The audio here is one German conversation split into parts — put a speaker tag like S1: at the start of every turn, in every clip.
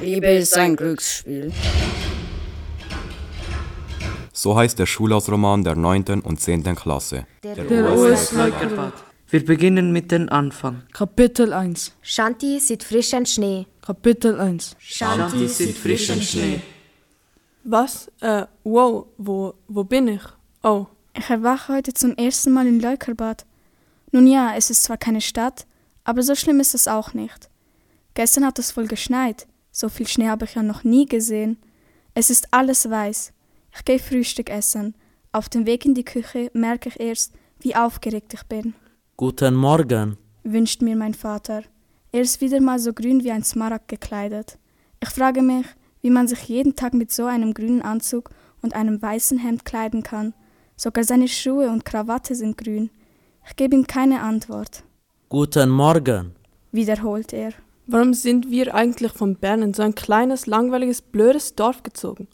S1: Liebe ist ein Glücksspiel.
S2: So heißt der Schulhausroman der 9. und 10. Klasse.
S3: Der US Leukerbad. Wir beginnen mit dem Anfang.
S4: Kapitel 1
S5: Shanti sieht frischen Schnee.
S4: Kapitel 1
S6: Shanti sieht frischen Schnee.
S7: Was? Äh, wow, wo, wo bin ich? Oh,
S8: Ich erwache heute zum ersten Mal in Leukerbad. Nun ja, Ah, es ist zwar keine Stadt, aber so schlimm ist es auch nicht. Gestern hat es wohl geschneit. So viel Schnee habe ich ja noch nie gesehen. Es ist alles weiß. Ich gehe Frühstück essen. Auf dem Weg in die Küche merke ich erst, wie aufgeregt ich bin,
S9: Guten Morgen.
S8: wünscht mir mein Vater. Er ist wieder mal so grün wie ein Smaragd gekleidet. Ich frage mich, wie man sich jeden Tag mit so einem grünen Anzug und einem weißen Hemd kleiden kann. Sogar seine Schuhe und Krawatte sind grün. Ich gebe ihm keine Antwort,
S9: Guten Morgen.
S8: wiederholt er.
S7: warum sind wir eigentlich von Bern in so ein kleines, langweiliges, blödes Dorf gezogen?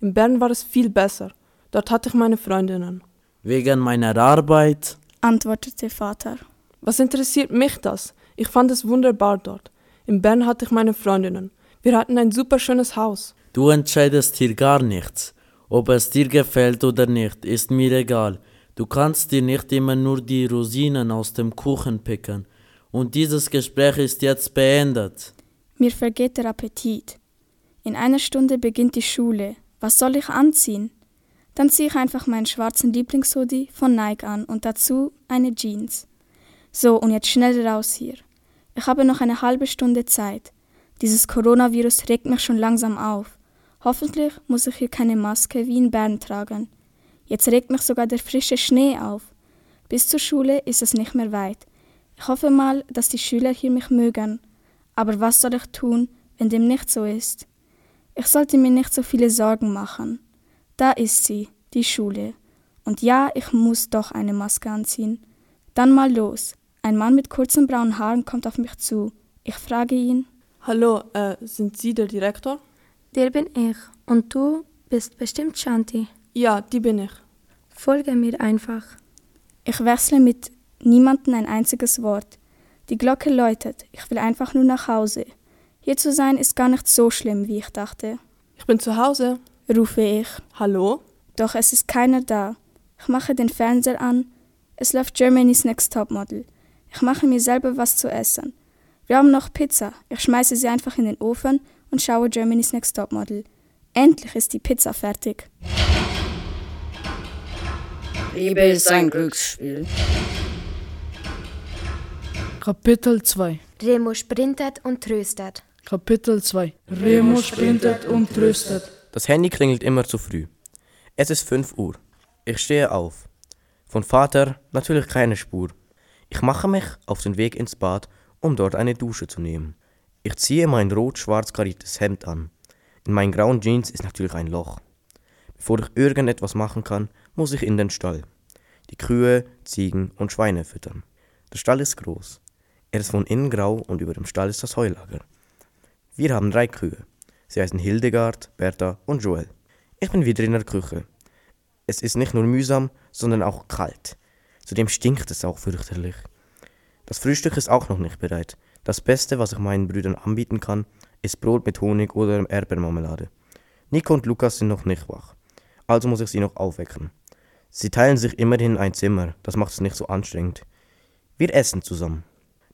S7: In Bern war es viel besser. Dort hatte ich meine Freundinnen.
S9: Wegen meiner Arbeit.
S8: antwortete Vater.
S7: Was interessiert mich das? Ich fand es wunderbar dort. In Bern hatte ich meine Freundinnen. Wir hatten ein super schönes Haus.
S9: Du entscheidest hier gar nichts. Ob es dir gefällt oder nicht, ist mir egal. Du kannst dir nicht immer nur die Rosinen aus dem Kuchen picken. Und dieses Gespräch ist jetzt beendet.
S8: Mir vergeht der Appetit. In einer Stunde beginnt die Schule. Was soll ich anziehen? Dann ziehe ich einfach meinen schwarzen Lieblingshoodie von Nike an und dazu eine Jeans. So, und jetzt schnell raus hier. Ich habe noch eine halbe Stunde Zeit. Dieses Coronavirus regt mich schon langsam auf. Hoffentlich muss ich hier keine Maske wie in Bern tragen. Jetzt regt mich sogar der frische Schnee auf. Bis zur Schule ist es nicht mehr weit. Ich hoffe mal, dass die Schüler hier mich mögen. Aber was soll ich tun, wenn dem nicht so ist? Ich sollte mir nicht so viele Sorgen machen. Da ist sie, die Schule. Und ja, ich muss doch eine Maske anziehen. Dann mal los. Ein Mann mit kurzen braunen Haaren kommt auf mich zu. Ich frage ihn.
S7: Hallo, äh, sind Sie der Direktor?
S10: Der bin ich und du bist bestimmt Shanti.
S7: Ja, die bin ich.
S10: Folge mir einfach.
S8: Ich wechsle mit niemandem ein einziges Wort. Die Glocke läutet. Ich will einfach nur nach Hause. Hier zu sein ist gar nicht so schlimm, wie ich dachte,
S7: Ich bin zu Hause.
S8: rufe ich.
S7: Hallo?
S8: Doch es ist keiner da. Ich mache den Fernseher an. Es läuft Germany's Next Topmodel. Ich mache mir selber was zu essen. Wir haben noch Pizza. Ich schmeiße sie einfach in den Ofen und schaue Germany's Next Topmodel. Endlich ist die Pizza fertig.
S1: Liebe ist ein Glücksspiel.
S4: Kapitel 2
S5: Remo sprintet und tröstet.
S4: Kapitel 2
S3: Remo sprintet und tröstet.
S11: Das Handy klingelt immer zu früh. Es ist 5 Uhr. Ich stehe auf. Von Vater natürlich keine Spur. Ich mache mich auf den Weg ins Bad, um dort eine Dusche zu nehmen. Ich ziehe mein rot-schwarz kariertes Hemd an. In meinen grauen Jeans ist natürlich ein Loch. Bevor ich irgendetwas machen kann, muss ich in den Stall. Die Kühe, Ziegen und Schweine füttern. Der Stall ist groß. Er ist von innen grau und über dem Stall ist das Heulager. Wir haben drei Kühe. Sie heißen Hildegard, Bertha und Joel. Ich bin wieder in der Küche. Es ist nicht nur mühsam, sondern auch kalt. Zudem stinkt es auch fürchterlich. Das Frühstück ist auch noch nicht bereit. Das Beste, was ich meinen Brüdern anbieten kann, ist Brot mit Honig oder Erdbeermarmelade. Nico und Lukas sind noch nicht wach. Also muss ich sie noch aufwecken. Sie teilen sich immerhin ein Zimmer, das macht es nicht so anstrengend. Wir essen zusammen.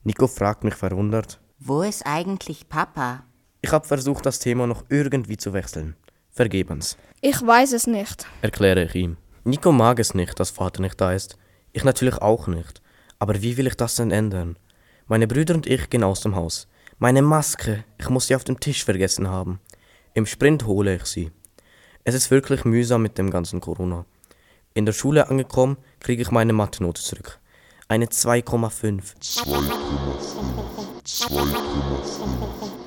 S11: Nico fragt mich verwundert,
S12: Wo ist eigentlich Papa?
S11: ich habe versucht, das Thema noch irgendwie zu wechseln. Vergebens,
S5: Ich weiß es nicht.
S11: erkläre ich ihm. Nico mag es nicht, dass Vater nicht da ist. Ich natürlich auch nicht. Aber wie will ich das denn ändern? Meine Brüder und ich gehen aus dem Haus. Meine Maske, ich muss sie auf dem Tisch vergessen haben. Im Sprint hole ich sie. Es ist wirklich mühsam mit dem ganzen Corona. In der Schule angekommen, kriege ich meine Mathe-Note zurück. Eine 2,5.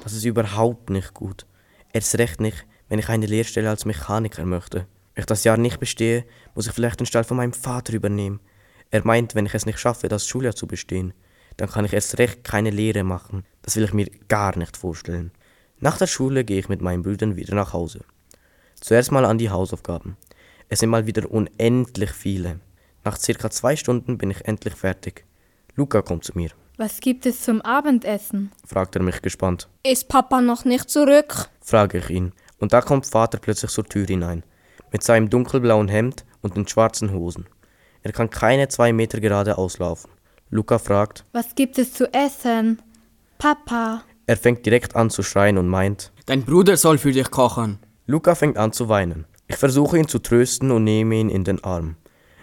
S11: Das ist überhaupt nicht gut. Erst recht nicht, wenn ich eine Lehrstelle als Mechaniker möchte. Wenn ich das Jahr nicht bestehe, muss ich vielleicht den Stall von meinem Vater übernehmen. Er meint, wenn ich es nicht schaffe, das Schuljahr zu bestehen, dann kann ich erst recht keine Lehre machen. Das will ich mir gar nicht vorstellen. Nach der Schule gehe ich mit meinen Brüdern wieder nach Hause. Zuerst mal an die Hausaufgaben. Es sind mal wieder unendlich viele. Nach circa zwei Stunden bin ich endlich fertig. Luca kommt zu mir.
S7: Was gibt es zum Abendessen?
S11: fragt er mich gespannt.
S13: Ist Papa noch nicht zurück?
S11: Frage ich ihn. Und da kommt Vater plötzlich zur Tür hinein. Mit seinem dunkelblauen Hemd und den schwarzen Hosen. Er kann keine zwei Meter gerade auslaufen. Luca fragt.
S7: Was gibt es zu essen? Papa.
S11: Er fängt direkt an zu schreien und meint.
S14: Dein Bruder soll für dich kochen.
S11: Luca fängt an zu weinen. Ich versuche ihn zu trösten und nehme ihn in den Arm.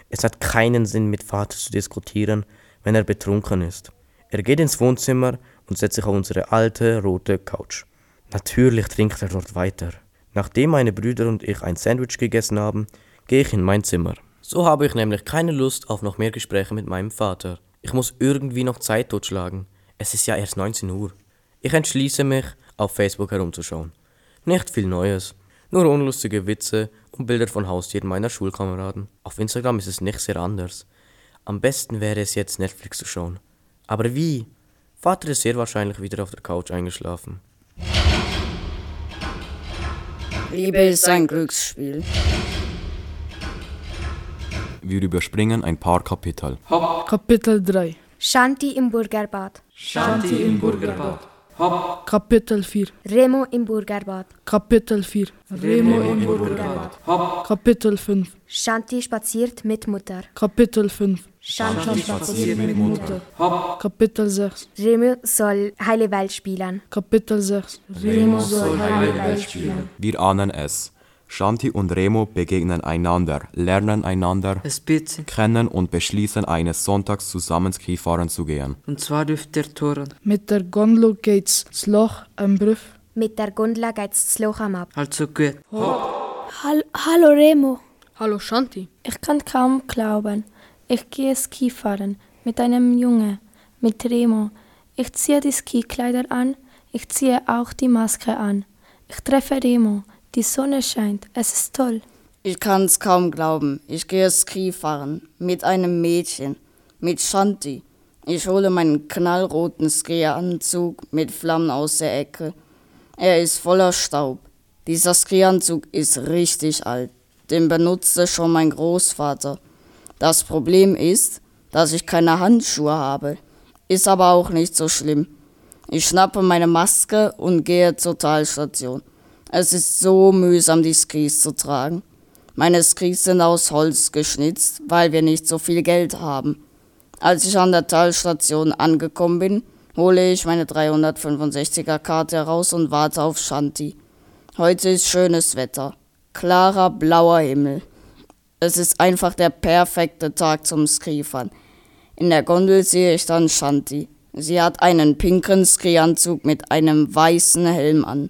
S11: Es hat keinen Sinn, mit Vater zu diskutieren, wenn er betrunken ist. Er geht ins Wohnzimmer und setzt sich auf unsere alte, rote Couch. Natürlich trinkt er dort weiter. Nachdem meine Brüder und ich ein Sandwich gegessen haben, gehe ich in mein Zimmer. So habe ich nämlich keine Lust auf noch mehr Gespräche mit meinem Vater. Ich muss irgendwie noch Zeit totschlagen. Es ist ja erst 19 Uhr. Ich entschließe mich, auf Facebook herumzuschauen. Nicht viel Neues. Nur unlustige Witze und Bilder von Haustieren meiner Schulkameraden. Auf Instagram ist es nicht sehr anders. Am besten wäre es jetzt, Netflix zu schauen. Aber wie? Vater ist sehr wahrscheinlich wieder auf der Couch eingeschlafen.
S1: Liebe ist ein Glücksspiel.
S2: Wir überspringen ein paar Kapitel.
S4: Hopp. Kapitel 3.
S10: Shanti im Burgerbad.
S6: Shanti im Burgerbad. Hopp.
S4: Kapitel 4.
S10: Remo im Burgerbad.
S4: Kapitel 4.
S6: Remo im Burgerbad. Hopp.
S4: Kapitel 5.
S10: Shanti spaziert mit Mutter.
S4: Kapitel 5.
S10: Shanti spaziert
S6: mit Mutter. Hopp.
S4: Kapitel 6.
S10: Remo soll Heile Welt spielen.
S4: Kapitel 6.
S6: Remo soll Heile Welt spielen.
S2: Wir ahnen es. Shanti und Remo begegnen einander, lernen einander,
S3: Spitze.
S2: kennen und beschließen, eines Sonntags zusammen Skifahren zu gehen.
S3: Und zwar dürft ihr Touren.
S4: Mit der Gondel geht's ins Loch am Brief.
S10: Mit der Gundla geht's Sloch am Ab.
S3: Also gut. Hopp.
S8: Hall Hallo Remo.
S7: Hallo Shanti.
S8: Ich kann kaum glauben. Ich gehe Skifahren mit einem Junge, mit Remo. Ich ziehe die Skikleider an, ich ziehe auch die Maske an. Ich treffe Remo. Die Sonne scheint, es ist toll.
S1: Ich kann's kaum glauben. Ich gehe Skifahren mit einem Mädchen, mit Shanti. Ich hole meinen knallroten Skianzug mit Flammen aus der Ecke. Er ist voller Staub. Dieser Skianzug ist richtig alt. Den benutzte schon mein Großvater. Das Problem ist, dass ich keine Handschuhe habe. Ist aber auch nicht so schlimm. Ich schnappe meine Maske und gehe zur Talstation. Es ist so mühsam, die Skis zu tragen. Meine Skis sind aus Holz geschnitzt, weil wir nicht so viel Geld haben. Als ich an der Talstation angekommen bin, hole ich meine 365er Karte heraus und warte auf Shanti. Heute ist schönes Wetter. Klarer blauer Himmel. Es ist einfach der perfekte Tag zum Skifahren. In der Gondel sehe ich dann Shanti. Sie hat einen pinken Skianzug mit einem weißen Helm an.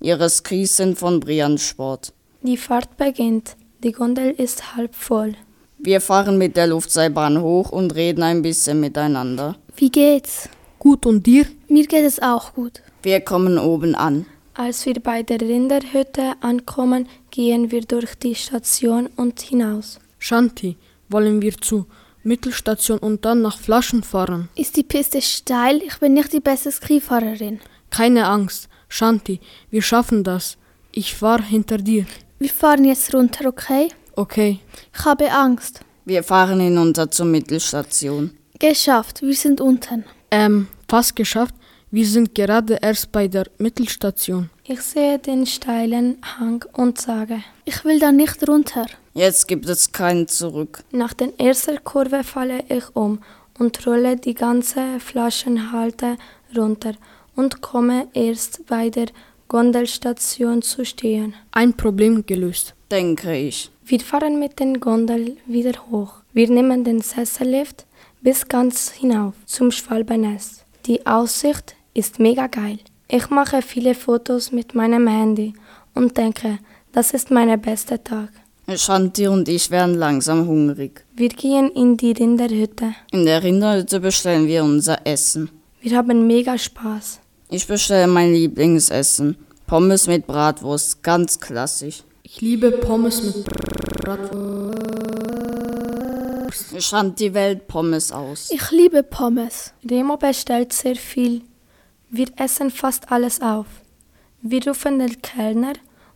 S1: Ihre Skis sind von Brian Sport.
S8: Die Fahrt beginnt. Die Gondel ist halb voll.
S1: Wir fahren mit der Luftseilbahn hoch und reden ein bisschen miteinander.
S8: Wie geht's?
S7: Gut und dir?
S8: Mir geht es auch gut.
S1: Wir kommen oben an.
S8: Als wir bei der Rinderhütte ankommen, gehen wir durch die Station und hinaus.
S7: Shanti, wollen wir zu Mittelstation und dann nach Flaschen fahren?
S15: Ist die Piste steil? Ich bin nicht die beste Skifahrerin.
S7: Keine Angst, Shanti, wir schaffen das. Ich fahre hinter dir.
S15: Wir fahren jetzt runter, okay?
S7: Okay.
S15: Ich habe Angst.
S1: Wir fahren hinunter zur Mittelstation.
S15: Geschafft, wir sind unten.
S7: Ähm, fast geschafft. Wir sind gerade erst bei der Mittelstation.
S8: Ich sehe den steilen Hang und sage,
S15: ich will da nicht runter.
S1: Jetzt gibt es kein Zurück.
S8: Nach der ersten Kurve falle ich um und rolle die ganze Flaschenhalte runter und komme erst bei der Gondelstation zu stehen.
S7: Ein Problem gelöst.
S1: Denke ich.
S8: Wir fahren mit den Gondel wieder hoch. Wir nehmen den Sessellift bis ganz hinauf zum Schwalbennest. Die Aussicht ist mega geil. Ich mache viele Fotos mit meinem Handy und denke, das ist mein bester Tag.
S1: Shanti und ich werden langsam hungrig.
S8: Wir gehen in die Rinderhütte.
S1: In der Rinderhütte bestellen wir unser Essen.
S8: Wir haben mega Spaß.
S1: Ich bestelle mein Lieblingsessen. Pommes mit Bratwurst, ganz klassisch.
S7: Ich liebe Pommes mit Bratwurst.
S1: Ich hand die Welt Pommes aus.
S15: Ich liebe Pommes.
S8: Remo bestellt sehr viel. Wir essen fast alles auf. Wir rufen den Kellner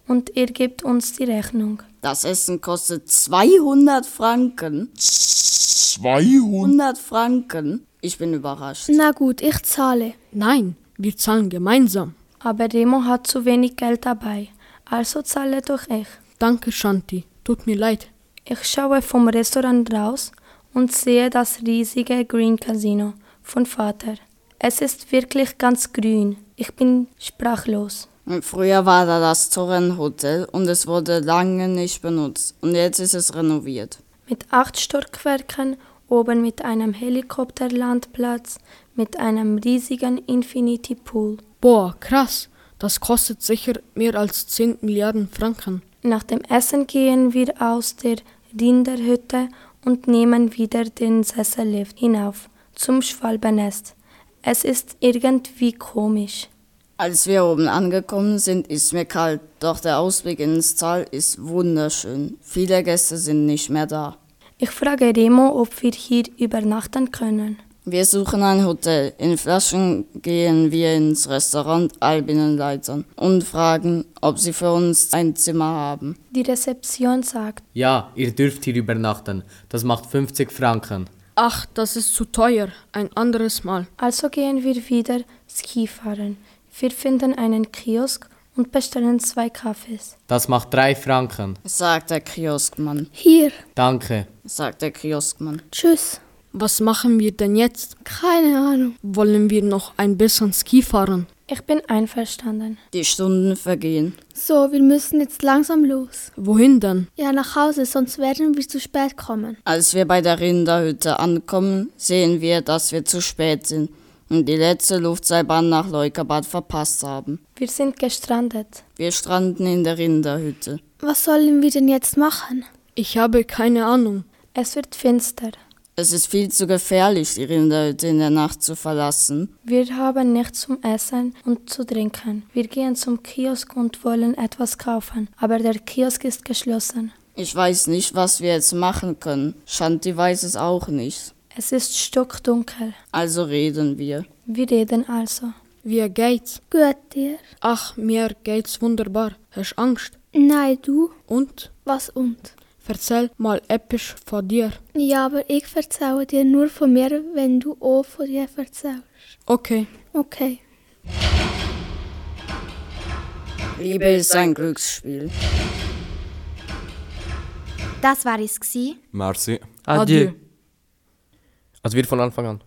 S8: und er gibt uns die Rechnung.
S1: Das Essen kostet 200 Franken.
S16: 200?
S1: 100 Franken? Ich bin überrascht.
S15: Na gut, ich zahle.
S7: Nein, wir zahlen gemeinsam.
S8: Aber Remo hat zu wenig Geld dabei, also zahle doch ich.
S7: Danke, Shanti. Tut mir leid.
S8: Ich schaue vom Restaurant raus und sehe das riesige Green Casino von Vater. Es ist wirklich ganz grün. Ich bin sprachlos.
S1: Früher war da das Torrenhotel und es wurde lange nicht benutzt und jetzt ist es renoviert.
S8: Mit acht Stockwerken, oben mit einem Helikopterlandplatz, mit einem riesigen Infinity Pool.
S7: Boah, krass. Das kostet sicher mehr als 10 Milliarden Franken.
S8: Nach dem Essen gehen wir aus der Rinderhütte und nehmen wieder den Sessellift hinauf zum Schwalbennest. Es ist irgendwie komisch.
S1: Als wir oben angekommen sind, ist mir kalt, doch der Ausblick ins Tal ist wunderschön. Viele Gäste sind nicht mehr da.
S8: Ich frage Remo, ob wir hier übernachten können.
S1: Wir suchen ein Hotel. In Flaschen gehen wir ins Restaurant Albinenleitern und fragen, ob sie für uns ein Zimmer haben.
S8: Die Rezeption sagt,
S17: Ja, ihr dürft hier übernachten. Das macht 50 Franken.
S7: Ach, das ist zu teuer. Ein anderes Mal.
S8: also gehen wir wieder Skifahren. Wir finden einen Kiosk und bestellen zwei Kaffees.
S17: Das macht 3 Franken.
S1: Sagt der Kioskmann.
S15: Hier,
S17: Danke.
S1: Sagt der Kioskmann.
S15: tschüss.
S7: Was machen wir denn jetzt?
S15: Keine Ahnung.
S7: Wollen wir noch ein bisschen Ski fahren?
S8: Ich bin einverstanden.
S1: Die Stunden vergehen.
S15: So, wir müssen jetzt langsam los.
S7: Wohin denn?
S15: Ja, nach Hause, sonst werden wir zu spät kommen.
S1: Als wir bei der Rinderhütte ankommen, sehen wir, dass wir zu spät sind und die letzte Luftseilbahn nach Leukerbad verpasst haben.
S8: Wir sind gestrandet.
S1: Wir stranden in der Rinderhütte.
S15: Was sollen wir denn jetzt machen?
S7: Ich habe keine Ahnung.
S8: Es wird finster.
S1: Es ist viel zu gefährlich, die Rinderhütte in der Nacht zu verlassen.
S8: Wir haben nichts zum Essen und zu trinken. Wir gehen zum Kiosk und wollen etwas kaufen, aber der Kiosk ist geschlossen.
S1: Ich weiß nicht, was wir jetzt machen können. Shanti weiß es auch nicht.
S8: Es ist stockdunkel.
S1: Also reden wir.
S8: Wir reden also.
S7: Wie geht's?
S15: Gut dir?
S7: Ach, mir geht's wunderbar. Hast Angst?
S15: Nein, du?
S7: Und?
S15: Was und?
S7: Erzähl mal etwas von dir.
S15: Ja, aber ich erzähle dir nur von mir, wenn du auch von dir erzählst.
S7: Okay.
S15: Okay.
S1: Liebe ist ein Glücksspiel.
S10: Das war es gsi.
S2: Merci.
S11: Also wir von Anfang an.